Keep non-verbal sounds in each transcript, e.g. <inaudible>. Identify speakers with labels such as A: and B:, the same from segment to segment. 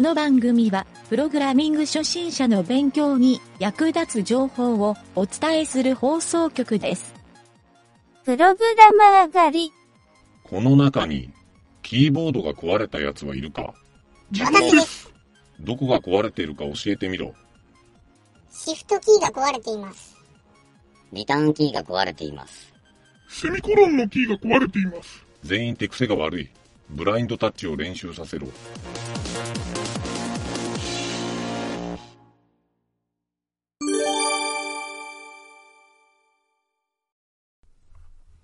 A: の番組は、プログラミング初心者の勉強に役立つ情報をお伝えする放送局です。
B: プログラマー狩り。
C: この中に、キーボードが壊れたやつはいるか
D: 私です。
C: どこが壊れているか教えてみろ。
D: シフトキーが壊れています。
E: リターンキーが壊れています。
F: セミコロンのキーが壊れています。
C: 全員手癖が悪い。ブラインドタッチを練習させろ。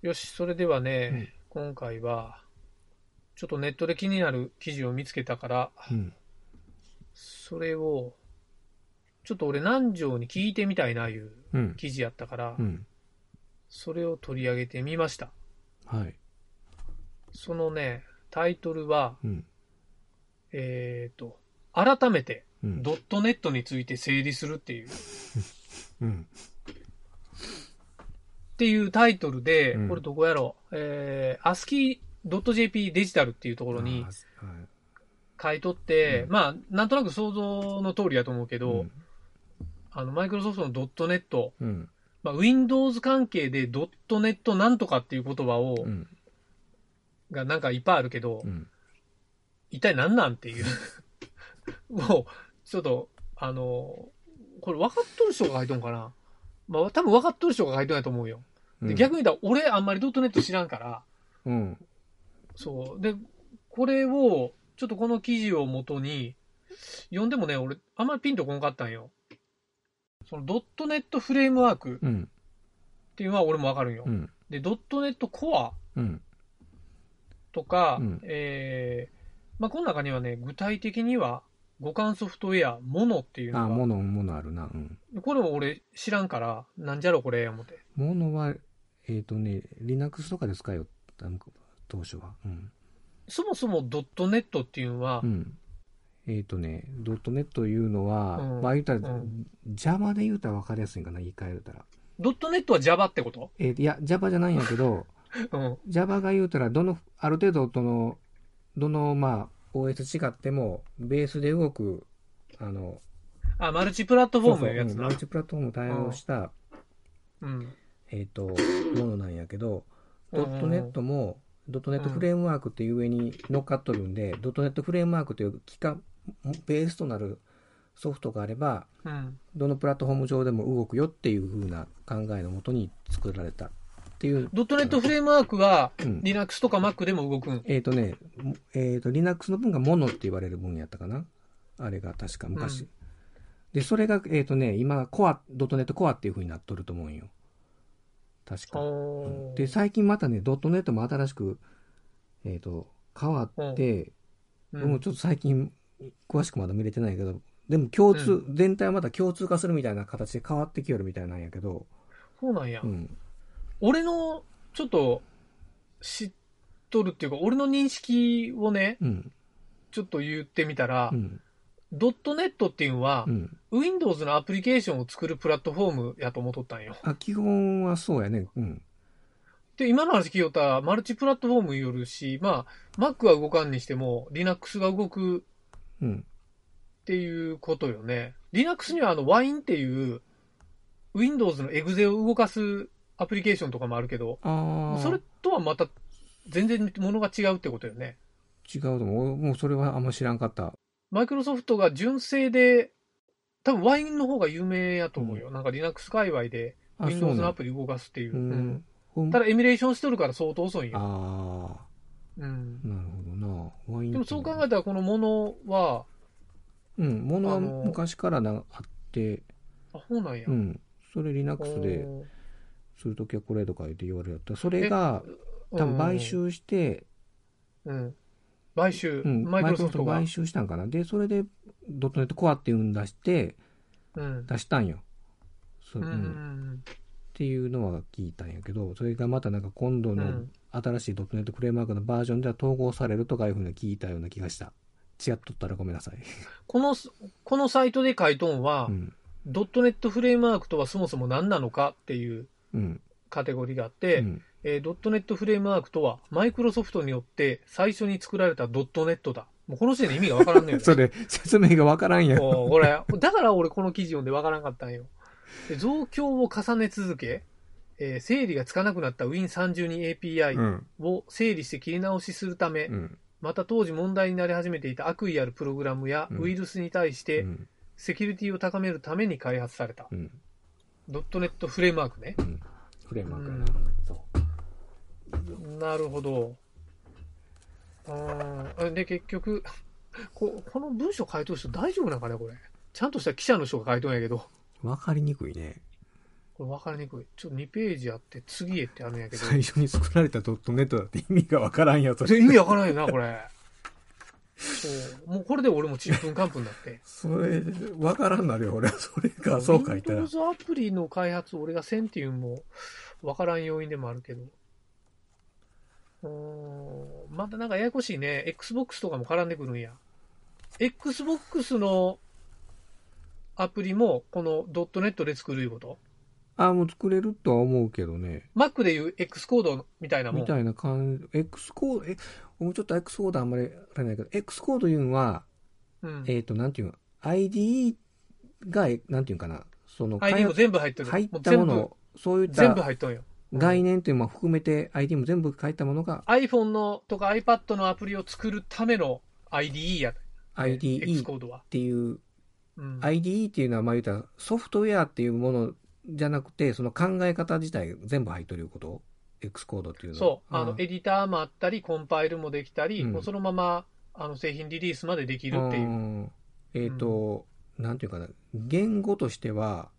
G: よし、それではね、今回は、ちょっとネットで気になる記事を見つけたから、
H: うん。
G: それを、ちょっと俺南條に聞いてみたいないう
H: うん。
G: 記事やったから、
H: うん。
G: それを取り上げてみました。
H: はい。
G: そのね、タイトルは、
H: うん。
G: えっ、ー、と、改めて
H: うん。
G: ドットネットについて整理するっていう、っ
H: うん。
G: ていうタイトルで、
H: うん
G: これどこやろう、えー、ASCII.jp デジタルっていうところに
H: あーはい
G: 書いとって、
H: うん
G: まあ、なんとなく想像の通りだと思うけど、
H: うん
G: あの、マイクロソフトのドットネット、
H: うん。
G: まあ、Windows 関係でドットネットなんとかっていう言葉を、
H: うん。
G: がなんかいっぱいあるけど、
H: うん。
G: 一体何なんっていう。 <laughs> もう、ちょっと、あの、これ分かっとる人が書いとんかな。まあ、多分分かっとる人が書いとんやと思うよ。
H: う
G: で
H: ん
G: 逆に言ったら、俺あんまりドットネット知らんから、
H: うん。
G: そう。で、これを、ちょっとこの記事を元に、読んでもね、俺、あんまりピンとこんかったんよ。そのドットネットフレームワーク
H: うん。
G: っていうのは俺もわかるんよ。
H: うん。
G: で、ドットネットコア
H: うん。
G: とか、
H: うん
G: えー、まあ、この中にはね、具体的には、互換ソフトウェア、モノっていう
H: あー、
G: の
H: も
G: が、
H: の、ものあるな。うん。
G: これも俺知らんから、なんじゃろこれ、思って。
H: ものは、えっ、とね、Linux とかで使えよ、あの当初は。うん。
G: そもそもドットネットっていうのは
H: う、ん。えっ、とね、ドットネットいうのは、
G: うん
H: まあ言うたら、
G: う
H: Java で言うたら分かりやすいんかな、言い換えるたら。
G: ドットネットは Java ってこと
H: えーいや、Java じゃないんやけど、
G: うん。
H: Java が言うたら、どの、ある程度、どの、どの、まあ、OS 違っても、ベースで動く、あの、
G: あ、マルチプラットフォームのや
H: そうそうう
G: つ
H: ん
G: な。
H: マルチプラットフォーム対応した、
G: うん。
H: えっ、と、ものなんやけど、
G: う
H: ド
G: んうんうん
H: ットネットも、ドットネットフレームワークっていう上に乗っかっとるんで、ドットネットフレームワークという機関、ベースとなるソフトがあれば、
G: うん。
H: どのプラットフォーム上でも動くよっていう風な考えのもとに作られたっていう。
G: ドットネットフレームワークは、
H: うん。
G: Linux とか Mac でも動くん。
H: えっ、とね、えっ、と、Linux の文がモノって言われる文やったかな。あれが確か昔。
G: うん
H: で、それが、えっ、とね、今、コア、ドットネットコアっていう風になっとると思うんよ。確か。
G: おー
H: で、最近またね、ドットネットも新しく、えっ、と、変わって、
G: う
H: 僕も
G: ん
H: ちょっと最近、詳しくまだ見れてないけど、でも共通、全体はまた共通化するみたいな形で変わってきよるみたいなんやけど、
G: そうなんや
H: う。ん。
G: 俺の、ちょっと、知っとるっていうか、俺の認識をね、
H: うん。
G: ちょっと言ってみたら
H: う、ん。
G: ドットネットっていうのは
H: う、ん。
G: Windows のアプリケーションを作るプラットフォームやと思っとったんよ。
H: あ、基本はそうやね。うん。
G: で、今の話聞いたら、マルチプラットフォームによるし、まあ、Mac は動かんにしても、Linux が動く
H: うん。
G: っていうことよね。Linux にはあの Wine っていう Windows のエグゼを動かすアプリケーションとかもあるけど、
H: ああ。
G: それとはまた全然物が違うってことよね。
H: 違うと思う。俺もうそれはあんま知らんかった。
G: マイクロソフトが純正で、多分 Wine の方が有名やと思うよ。なんか Linux 界隈で
H: あ、
G: Windows のア
H: リ。
G: プリ動かすっていう。
H: う
G: うん
H: ん。ほん
G: ただエミュレーションしとるから相当遅いん
H: あ
G: よ。
H: あ
G: うん
H: ー。、なるほどな。ワイン
G: でもそう考えたらこのものは、
H: うん。もの
G: あ
H: は
G: の
H: 昔からなあって、
G: あ、そうなんや。
H: うん。それ Linux で
G: おー
H: するときはこれとか言って言われるやった。それが、多分買。収して、
G: うん。買収。
H: うん。
G: マイクロソフト
H: マ
G: が
H: イクロ。買収したんかな。で、それで、ドットネットコアっていうの出して、
G: うん。
H: 出したんよ。そうう。
G: ん
H: う
G: うん
H: ん。っていうのは聞いたんやけど、それがまたなんか今度
G: うんう
H: の
G: ん
H: 新しいドットネットフレームワークのバージョンでは統合されるとかいうふうに聞いたような気がした。違っとったらごめんなさい。
G: この、このサイトで書いとんは、
H: うん。
G: ドットネットフレームワークとはそもそも何なのかっていう
H: うん。
G: カテゴリーがあっ
H: う
G: て、
H: ん。
G: えードットネットフレームワークとは、マイクロソフトによって最初に作られたドットネットだっもうこの時点で意味がわからんのよ
H: <laughs>
G: ね。
H: それ、説明がわからんやん。
G: おうこれ、だから俺この記事読んでわからんかったんよ。で増強を重ね続け、えー整理がつかなくなった
H: う
G: Win32API
H: ん。
G: を整理して切り直しするため、
H: うん。
G: また当時問題になり始めていた悪意あるプログラムや
H: うん
G: ウイルスに対し
H: う
G: て
H: ん。
G: セキュリティを高めるために開発された。
H: うん。
G: ドットネットフレームワークね。
H: うんフレームワークやな。そ
G: なるほど。うーん。で、結局、 <laughs> ここの文章回答して大丈夫なんかね、これ。ちゃんとした記者の人が書いとんやけど。
H: う。わかりにくいね。
G: これ分かりにくい。ちょっと2ページあって、次へってあるんやけど。
H: 最初に作られたドットネットだって意味がわからんやん、そ
G: で
H: れ。
G: 意味わからんよな、これ。そう。もうこれで俺もちんぷんかんぷんだって。
H: それ、わからんなるよ、俺は。それが、そう書いたら。
G: Windows アプリの開発、俺がせんっていうのも、わからん要因でもあるけど。うーん。またなんかややこしいね。Xbox とかも絡んでくるんや。Xbox のアプリも、この .NET で作るいうこと。
H: あ、もう作れるとは思うけどね。
G: Mac でいう X コードみたいなもん。
H: みたいな感じ。X コード、え、もうちょっと X コードあんまりあれないけど、X コードいうのは、
G: うん。
H: えっ、と、なんていうの、IDE が、えなんていうのかな、その、
G: ID も全部入ってる。
H: 入った
G: 全
H: も
G: 部
H: の、そういっ
G: 全部
H: た
G: 入っとんよ。
H: 概念というのも含めて、ID も全部書いたものが
G: iPhone のとか iPad のアプリを作るための IDE や。X
H: IDE っ
G: コードは。
H: ていう、
G: うん。
H: IDE っていうのは、まあ言うたら、ソフトウェアっていうものじゃなくて、その考え方自体全部入ってるいうこと ?X コードっていうのは
G: そう。あの、
H: ー
G: エディターもあったり、コンパイルもできたり、
H: うん
G: もうそのまま、あの、製品リリースまでできるっていう。
H: んえっ、と、なんていうかな、言語としては、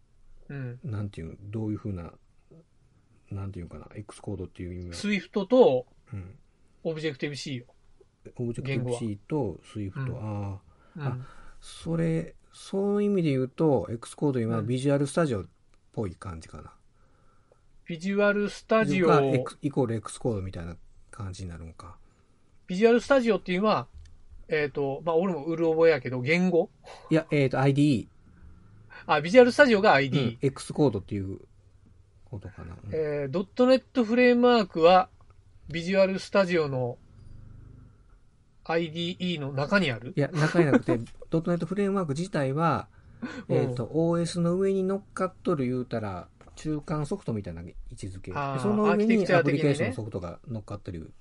G: うん。
H: なんていうの、どういうふうな、なんていうかな、X コードっていう意味は、
G: Swift と
H: うん、
G: Objective-C よ。
H: オブジェクティブ C と Swift、
G: うん
H: ああ、
G: う
H: あ
G: ん。
H: それ、そういう意味で言うと、X コード今は
G: うん
H: ビジュアルスタジオっぽい感じかな。
G: ビジュアルスタジオ、
H: が X イコール X コードみたいな感じになるのか。
G: ビジュアルスタジオっていうのは、えっ、と、まあ、俺もうる覚えやけど、言語
H: いや、えっ、と、IDE、
G: あ、ビジュアルスタジオが ID。
H: うん、X コードっていうことかな。うん
G: えー、.NET フレームワークは、ビジュアルスタジオの IDE の中にある
H: いや、仲良く
G: <laughs>
H: て、ドットネットフレームワーク自体は、
G: うん
H: えっ、と、OS の上に乗っかっとる言うたら、中間ソフトみたいな位置づけ。
G: あー
H: その上
G: アーキテク
H: に
G: チャ
H: アプ
G: 的に
H: リ
G: ね
H: ケーションのソフトが乗っかってる。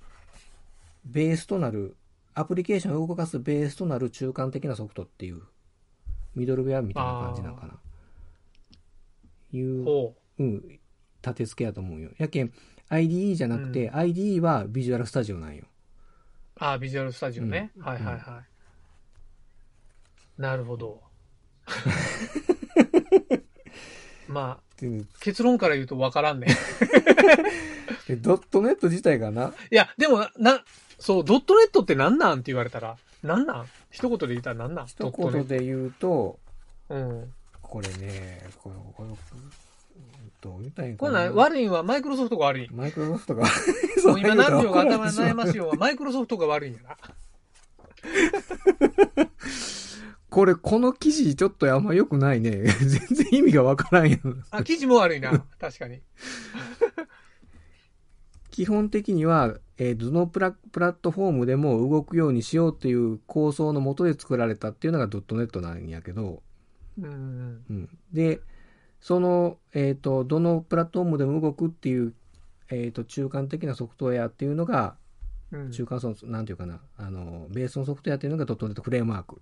H: ベースとなる、アプリケーションを動かすベースとなる中間的なソフトっていう、ミドルウェアみたいな感じなのかな。いう、
G: ほ
H: うん、立て付けやと思うよ。やけん、IDE じゃなくて、
G: う
H: IDE はビジュアルスタジオなんよ。
G: う。あー、ビジュアルスタジオね。
H: うん
G: はいはいはい。なる
H: <laughs>
G: ほど。まあ、
H: で
G: 結論から言うと分からんね。
H: でドットネット自体がな、
G: いや、でもな、な、そう、ドットネットってなんなんって言われたら、なんなん一言で言ったらなんなん
H: 一言で言うと、
G: ト。うん。
H: これね、これ、これ、どう言ったらいいん
G: こ
H: か
G: れな、悪いんはマイクロソフトが悪いん。
H: マイクロソフトが、
G: <laughs> もう今何秒か頭に悩
H: 悩ま
G: ま
H: す
G: すよは、マイクロソフトが悪いんやな。
H: <laughs> これ、この記事ちょっとあんま良くないね。 <laughs> 全然意味がわからんよ。
G: あ、記事も悪いな。確かに。
H: 基本的には、えーどのプラプラットフォームでも動くようにしようっていう構想のもとで作られたっていうのがドットネットなんやけど、
G: うん。
H: うん、で、その、えっ、と、どのプラットフォームでも動くっていう、えっ、と、中間的なソフトウェアっていうのが、
G: うん。
H: 中間ソフト、なんていうかな、あの、ベースのソフトウェアっていうのがドットネットフレームワーク。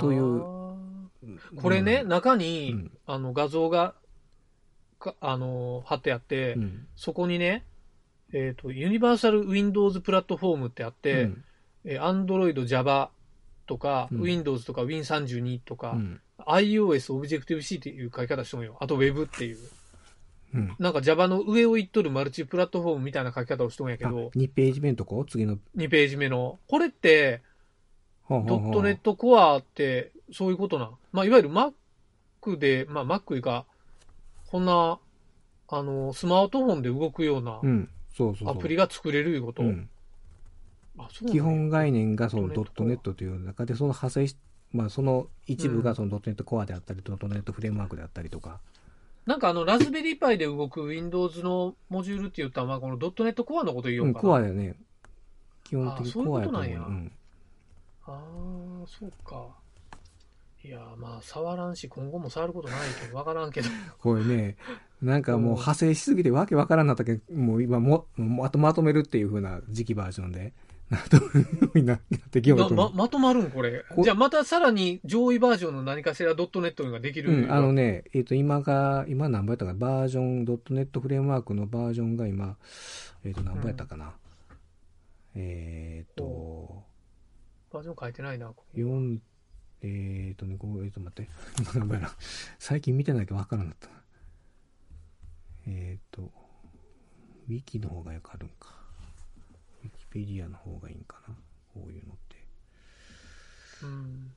H: という
G: あー。これね、中に、
H: うん
G: あの、画像が、かあのー貼ってあって、
H: うん、
G: そこにね、えっ、と、ユニバーサル Windows プラットフォームってあっ
H: う
G: て、
H: ん
G: えー Android、Java とか、
H: うん
G: Windows とか Win32 とか、
H: うん、
G: iOS、Objective-C っていう書き方しとんよ。あと Web っていう。
H: うん。
G: なんか Java の上を行っとるマルチプラットフォームみたいな書き方をしとんやけ
H: あ、
G: ど、
H: 2ページ目のとこ次の。
G: 2ページ目の。これって、
H: ほうほ
G: ド
H: うほ
G: ッ
H: う
G: トネットコアって、そういうことなん。まあ、いわゆる Mac で、まあ、Mac いうか、こんな、あの、スマートフォンで動くような
H: うん。そうそうそう。
G: アプリが作れるいうこと。
H: うん、
G: あそうなんや
H: 基本概念がその
G: ド
H: ド
G: ッ
H: ッ
G: ト
H: ト
G: ネ
H: ネ
G: ッ
H: ッ
G: ト
H: トという中で、その派生し、まあその一部
G: う
H: が
G: ん
H: そのドットネットコアであったり、ドットネットフレームワークであったりとか。
G: なんかあの、ラズベリーパイで動く Windows のモジュールって言ったら、まあ、このドットネットコアのこと言お
H: う、
G: うんか
H: コ
G: な。
H: アだよね。基本的
G: あ
H: に
G: そういう
H: コア
G: こ
H: や
G: と
H: と思
G: な
H: うんよ。
G: や
H: うん。
G: ああ、そうか。いやー、まあ、触らんし、今後も触ることないけど、わからんけど。
H: これね、なんかもう
G: うん
H: 派生しすぎてわけわからんなったけど、もう今も、もうあとまとめるっていう風な時期バージョンで、なんとになってきようと
G: ま
H: 思う
G: ままとまるんこれ。
H: こ
G: じゃあ、またさらに上位バージョンの何かしらドットネットができる
H: うん、あのね、えっ、と、今が、今何倍やったかな、バージョン、ドットネットフレームワークのバージョンが今、えっ、と、何倍やったかな。えっ、と、
G: バージョン書いてないな。ここ
H: 4、えっ、とね、こうえっ、と、待って、 <laughs> 今何倍やな。最近見てないけど分からんかったな。えっ、と、ウィキの方がよくあるんか。ウィキペディアの方がいいんかな。こういうのって。
G: うん。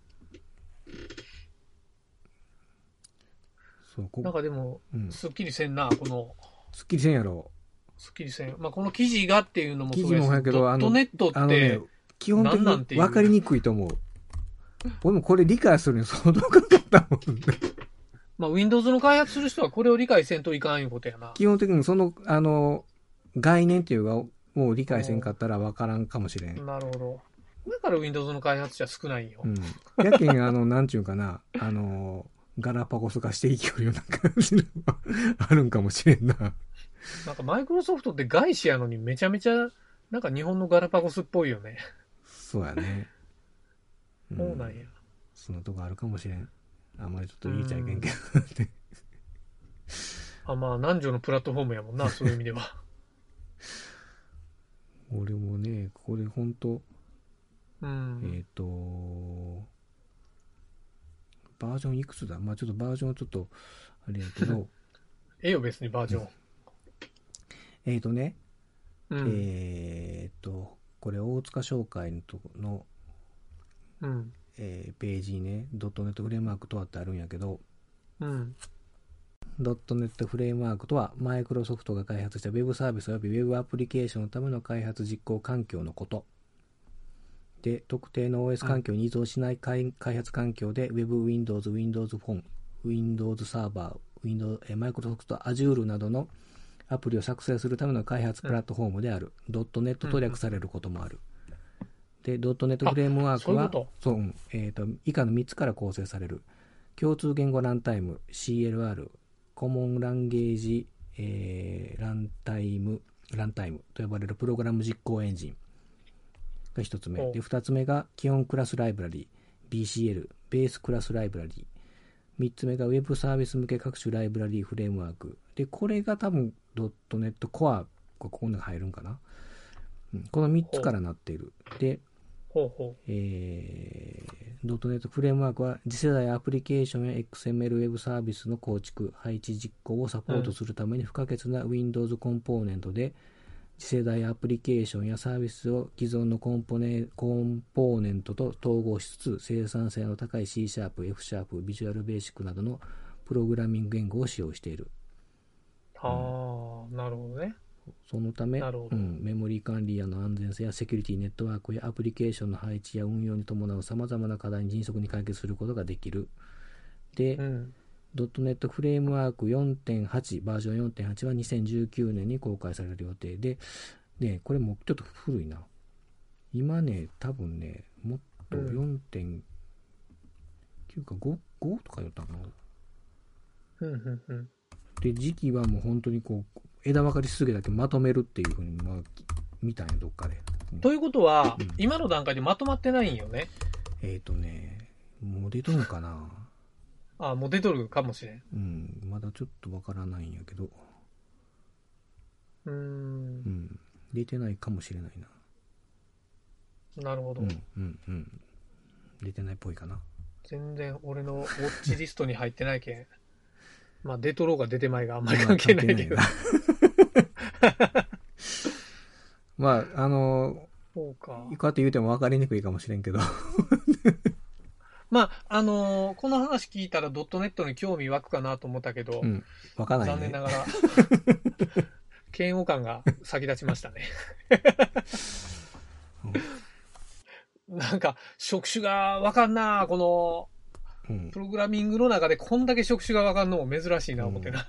H: そう、こ
G: なんかでも、
H: うん。す
G: すっきりせんな、この、
H: っきりせんやろ。
G: すっきりせん。まあ、この記事がっていうのもそう
H: 記
G: やし
H: 事もやけど、
G: ド
H: あ
G: ッ
H: の
G: トネット
H: あ
G: っ
H: の
G: て
H: ね、、基本的
G: なんなんて
H: に
G: いう
H: 分かりにくいと思う。俺もこれ理解するに <laughs> 相当かかったもんね。
G: まあ、Windows の開発する人はこれを理解せんといかんいうことやな。
H: 基本的にその、あの、概念っていうか、もう理解せんかったら分からんかもしれん。
G: なるほど。だから Windows の開発者少ないんよ。
H: うん。やけん、あの、なんちゅうんかな、あの、ガラパゴス化していきよるような感じのはあるんかもしれんな。
G: なんかマイクロソフトって外資やのにめちゃめちゃ、なんか日本のガラパゴスっぽいよね。
H: そうやね。うん
G: そうなんや。
H: そのとこあるかもしれん。あんまりちょっと言いちゃいけんけど。
G: あまあ、南條のプラットフォームやも
H: <laughs>
G: んな、そういう意味では。
H: 俺もね、ここで本当
G: う
H: え
G: ん。
H: っ、と、バージョンいくつだまあちょっとバージョンはちょっと、あれやけ <laughs> ど、
G: ええよ、別にバージョン。
H: えっとね、
G: うん。
H: えっ、と、これ大塚商会のとこの、
G: うん。
H: えーページにね、ドットネットフレームワークとはってあるんやけど、
G: うん。
H: ドットネットフレームワークとは、マイクロソフトが開発したウェブサービス及びウェブアプリケーションのための開発実行環境のこと。で、特定の OS 環境に依存しない開,、開発環境で Web、Windows、Windows フォン、Windows サーバー、Windows、えーマイクロソフト Azure などのアプリを作成するための開発プラットフォームである。ドットネットと略されることもある。で、ドットネットフレームワークは
G: あそういうこ、
H: そううんえっ、と、以下の3つから構成される。共通言語ランタイム CLR コモンランゲージ、えーランタイムランタイムと呼ばれるプログラム実行エンジンが1つ目
G: お
H: で2つ目が基本クラスライブラリ BCL ベースクラスライブラリ3つ目が Web サービス向け各種ライブラリフレームワークでこれが多分 .NET Core ここに入るんかな、うんこの3つからなっているで
G: ほうほ
H: えー、.NET フレームワークは次世代アプリケーションや XML ウェブサービスの構築、配置実行をサポートするために不可欠な Windows コンポーネントで、次世代アプリケーションやサービスを既存のコンポネコンポーネントと統合しつつ、生産性の高い C シャープ、F シャープ、ビジュアルベーシックなどのプログラミング言語を使用している。
G: う。はあ、なるほどね。
H: そのため、
G: なるほど
H: うん、メモリー管理やの安全性やセキュリティネットワークやアプリケーションの配置や運用に伴うさまざまな課題に迅速に解決することができる。で、
G: うん。
H: .NET フレームワーク4.8バージョン4.8は2019年に公開される予定で、ね、これもちょっと古いな。今ね、多分ね、もっと
G: うん
H: 4.9か5、5とか言ったかな。
G: うん、うん、うん。
H: で、時期はもう本当にこう、枝分かりしすぎだけまとめるっていうふうに、まあ、見たんや、どっかで。
G: ということは
H: うん、
G: 今の段階でまとまってないんよね。
H: えっ、とね、もう出とんかな。
G: あもう出とるかもしれん。
H: うん、まだちょっとわからないんやけど、
G: うー。
H: うんん、出てないかもしれないな。
G: なるほど。
H: うん、うん、うん。出てないっぽいかな。
G: 全然俺のウォッチリストに入ってないけ
H: <laughs>
G: ん。まあ、出とろうが出てまいがあんまり関係ないけど
H: ま。あ。関係ないなまあ、あの、
G: そうか
H: こ。うやって言うても分かりにくいかもしれんけ
G: <laughs>
H: ど、
G: まあ、あのーこの話聞いたらドットネットに興味湧くかなと思ったけど、
H: うん、分からない
G: 残
H: ね
G: 念な。
H: <laughs>
G: がら、嫌悪感が先立ちました
H: <laughs>
G: ね。なんか、職種がわかんなこの、
H: うん
G: プログラミングの中でこんだけ職種がわかんのも珍しいな、思ってな。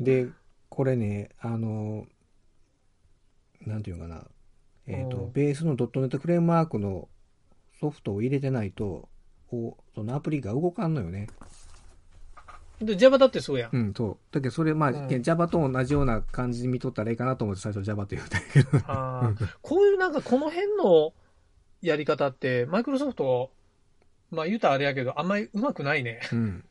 H: で、これね、あの、なんていうのかな、えー
G: う
H: と
G: ん
H: ベースの .NET フレームワークのソフトを入れてないとおそのアプリが動かんのよね。
G: で、Java だってそうやん。
H: うん、そう。だけどそれ、まあ、
G: うん
H: けん Java と同じような感じに見とったらいいかなと思って最初 Java と言うたんやけど。
G: あーこういうなんかこの辺のやり方って、マイクロソフト、まあ言うたらあれやけど、あんまりうまくないね。 <laughs>
H: うん。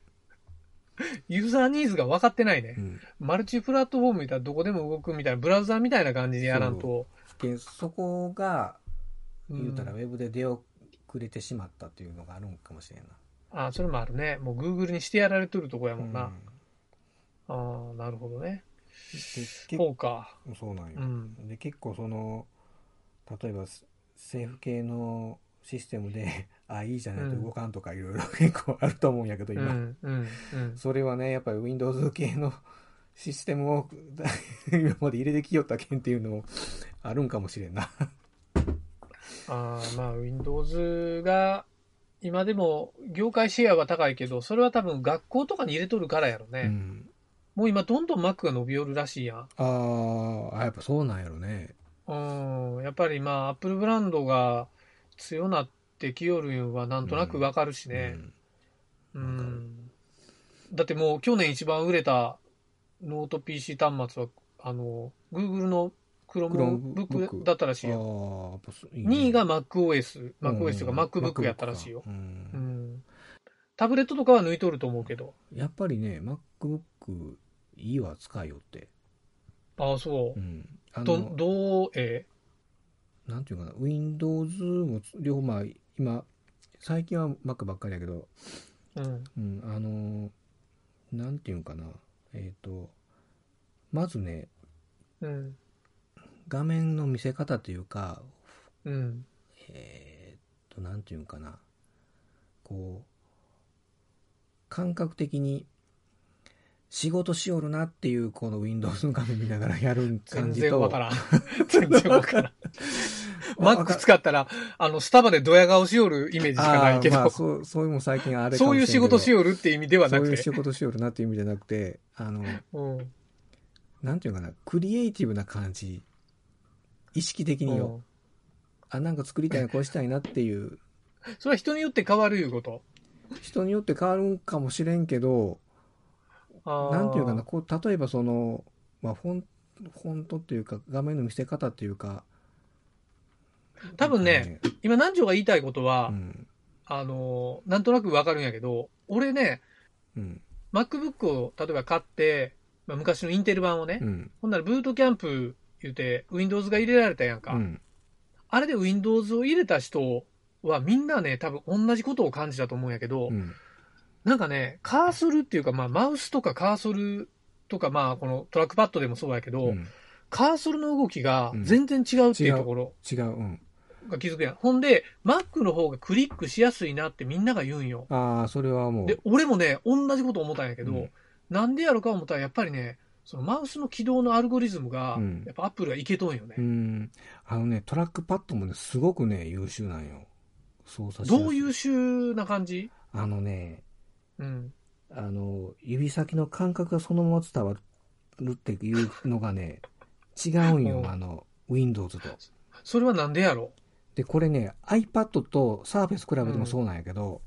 G: ユーザーニーズが分かってないね
H: う。ん。
G: マルチプラットフォームみたいなどこでも動くみたいな、ブラウザーみたいな感じでやらんと。
H: けんそこが、
G: うん
H: 言うたらウェブで出遅れてしまったっていうのがあるんかもしれんな。
G: あーそれもあるね。もう Google にしてやられとるとこやもん
H: う。
G: なんああ、なるほどね。
H: で結
G: そ
H: 構
G: うか。
H: そうなんよ
G: う。ん。
H: で結構その例えばす政府系のシステムで <laughs> あいいじゃないと
G: うん
H: 動かんとかいろいろ結構あると思うんやけど
G: う
H: 今、
G: ん。うん。うん。
H: それはねやっぱり Windows 系の <laughs> システムを <laughs> 今まで入れてきよった件っていうのもあるんかもしれんな
G: ああ、まあ Windows が、今でも業界シェアは高いけど、それは多分学校とかに入れとるからやろね。
H: うん
G: もう今どんどん Mac が伸びよるらしいやん。
H: あーあやっぱそうなんやろね
G: うん、やっぱりまあ Apple ブランドが強なってきよるんはなんとなくわかるしね。う
H: うんわかる
G: ん。だってもう去年一番売れたノート PC 端末は、あの、Google の Chromebook
H: Chromebook
G: だったらし
H: う
G: い
H: ん、あ
G: よ。
H: ーやっぱそういいね
G: 2位が MacOS、
H: うん
G: MacOS というか MacBook やったらしいよ。
H: MacBook かうん
G: うん。タブレットとかは抜いとると思うけど。
H: やっぱりね MacBook いいわ使いよって、
G: ああ、そうう。
H: ん、あ
G: ど、どう、え
H: なんていうかな、Windows も両方、まあ、今、最近は Mac ばっかりだけど、
G: えうん。
H: うん、あのーなんていうかな、えっ、と、まずね、
G: うん。
H: 画面の見せ方というか、
G: うん。
H: えっ、と、なんていうかな、こう、感覚的に、仕事しよるなっていう、この Windows の画面見ながらやる感
G: 全
H: じ
G: 然わ
H: と <laughs>
G: か、らん。全然わからん。マック使ったら、あの、スタバでドヤ顔しよるイメージしかない
H: あ
G: け
H: ー
G: ど、
H: まあ、そう、そういうのも最近あれか
G: そ
H: も
G: う
H: し
G: い
H: れ
G: うん
H: け
G: 仕
H: ど
G: 事しよるって意味ではな
H: そうい
G: く
H: う
G: て。
H: 仕事しよるなっていう意味じゃなくて、あの、
G: うん。
H: なんていうのかな、クリエイティブな感じ。意識的によ。あ、なんか作りたいな、こうしたいなっていう。
G: うんそれは人によって変わるいうこと。
H: 人によって変わるんかもしれんけど、
G: あー
H: なんていうかな、。こう、例えばその、まあ、フォン、フォントっていうか、画面の見せ方っていうか。
G: 多分ね、今南條が言いたいことは、
H: なんかね。
G: あの、なんとなくわかるんやけど、俺ね、
H: うん。うん。
G: MacBook を例えば買って、まあ、昔のインテル版をね、
H: うん。
G: ほんならブートキャンプ言うて、Windows が入れられたやんか。
H: うん。
G: あれで Windows を入れた人はみんなね、多分同じことを感じたと思うんやけど、
H: うん。
G: なんかね、カーソルっていうか、まあ、マウスとかカーソルとか、まあ、このトラックパッドでもそうやけ
H: う
G: ど、
H: ん
G: カーソルの動きが全然違うっていうところ
H: 違う。うん。
G: が気づくやん。ほんで、Mac の方がクリックしやすいなってみんなが言うんよ。
H: ああ、それはもう。
G: で、俺もね、同じこと思ったんやけど、
H: うん
G: なんでやろか思ったら、やっぱりね、そのマウスの起動のアルゴリズムが、
H: うん
G: やっぱ Apple がいけとんよね。
H: うん。あのね、トラックパッドもね、すごくね、優秀なんよ。操作しやす
G: どういう集な感じ
H: あのね、
G: うん。
H: あの、指先の感覚がそのまま伝わるっていうのがね、違うん
G: う
H: よ、
G: ん
H: あの、Windows と。
G: それはなんでやろ
H: で、これね、iPad と Surface 比べてもそうなんやけど、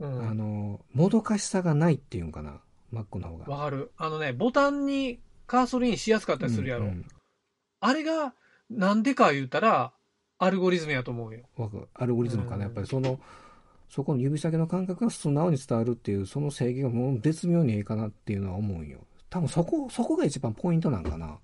G: う
H: あ
G: ん。
H: の、もどかしさがないっていうんかな、Mac の方が。
G: わかる。あのね、ボタンにカーソルインしやすかったりするやろ。
H: うんうん
G: あれが、なんでか言うたら、アルゴリズムやと思うよ。
H: わかアルゴリズムか
G: うん
H: な、やっぱりその、そこの指先の感覚が素直に伝わるっていう、その制限がもう絶妙にいいかなっていうのは思うんよ。多分そこ、そこが一番ポイントなんかな。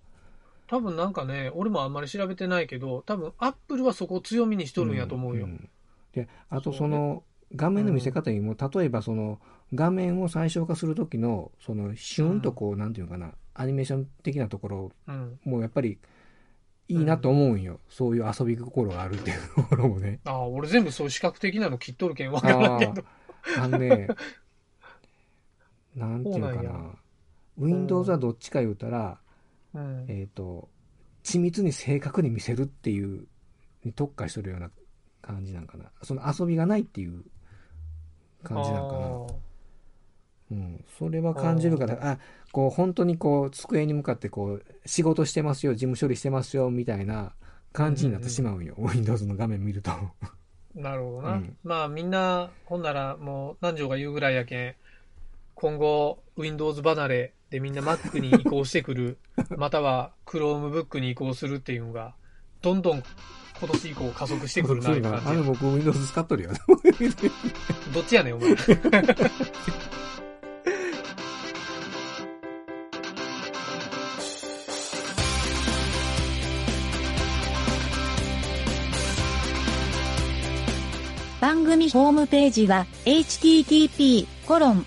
G: 多分なんかね、俺もあんまり調べてないけど、多分アップルはそこを強みにしとるんやと思うよ。
H: んであとその画面の見せ方にも、例えばその画面を最小化する時のそのシュンとこう、なんていうのかなアニメーション的なところ
G: うん。
H: もやっぱりいいなと思うんよ、そういう遊び心があるっていうところもね。
G: ああ、俺全部そういう視覚的なの切っとるけんわ
H: あ
G: からんけど。
H: ーあの
G: <laughs>
H: ねなんていう
G: そ
H: か
G: うな
H: な
G: んや
H: Windows はどっちか言うたら、
G: うん。
H: えっ、と緻密に正確に見せるっていうに特化してるような感じなんかなその遊びがないっていう感じなんかな、うん、それは感じるからあこう本当にこう机に向かってこう仕事してますよ事務処理してますよみたいな感じになってしまうんよ、Windows の画面見ると。
G: なるほどな。
H: うん
G: まあみんな、ほんならもう南條が言うぐらいやけん、今後 Windows 離れでみんな Mac に移行して
H: <laughs>
G: くる、または Chromebook に移行するっていうのが、どんどん今年以降加速してくるなって感
H: あの
G: じ
H: 僕 Windows 使っとるよ。
G: や。どっちやねん、お前。
A: 番組ホームページは http://myn.t.world/.radio/. コロン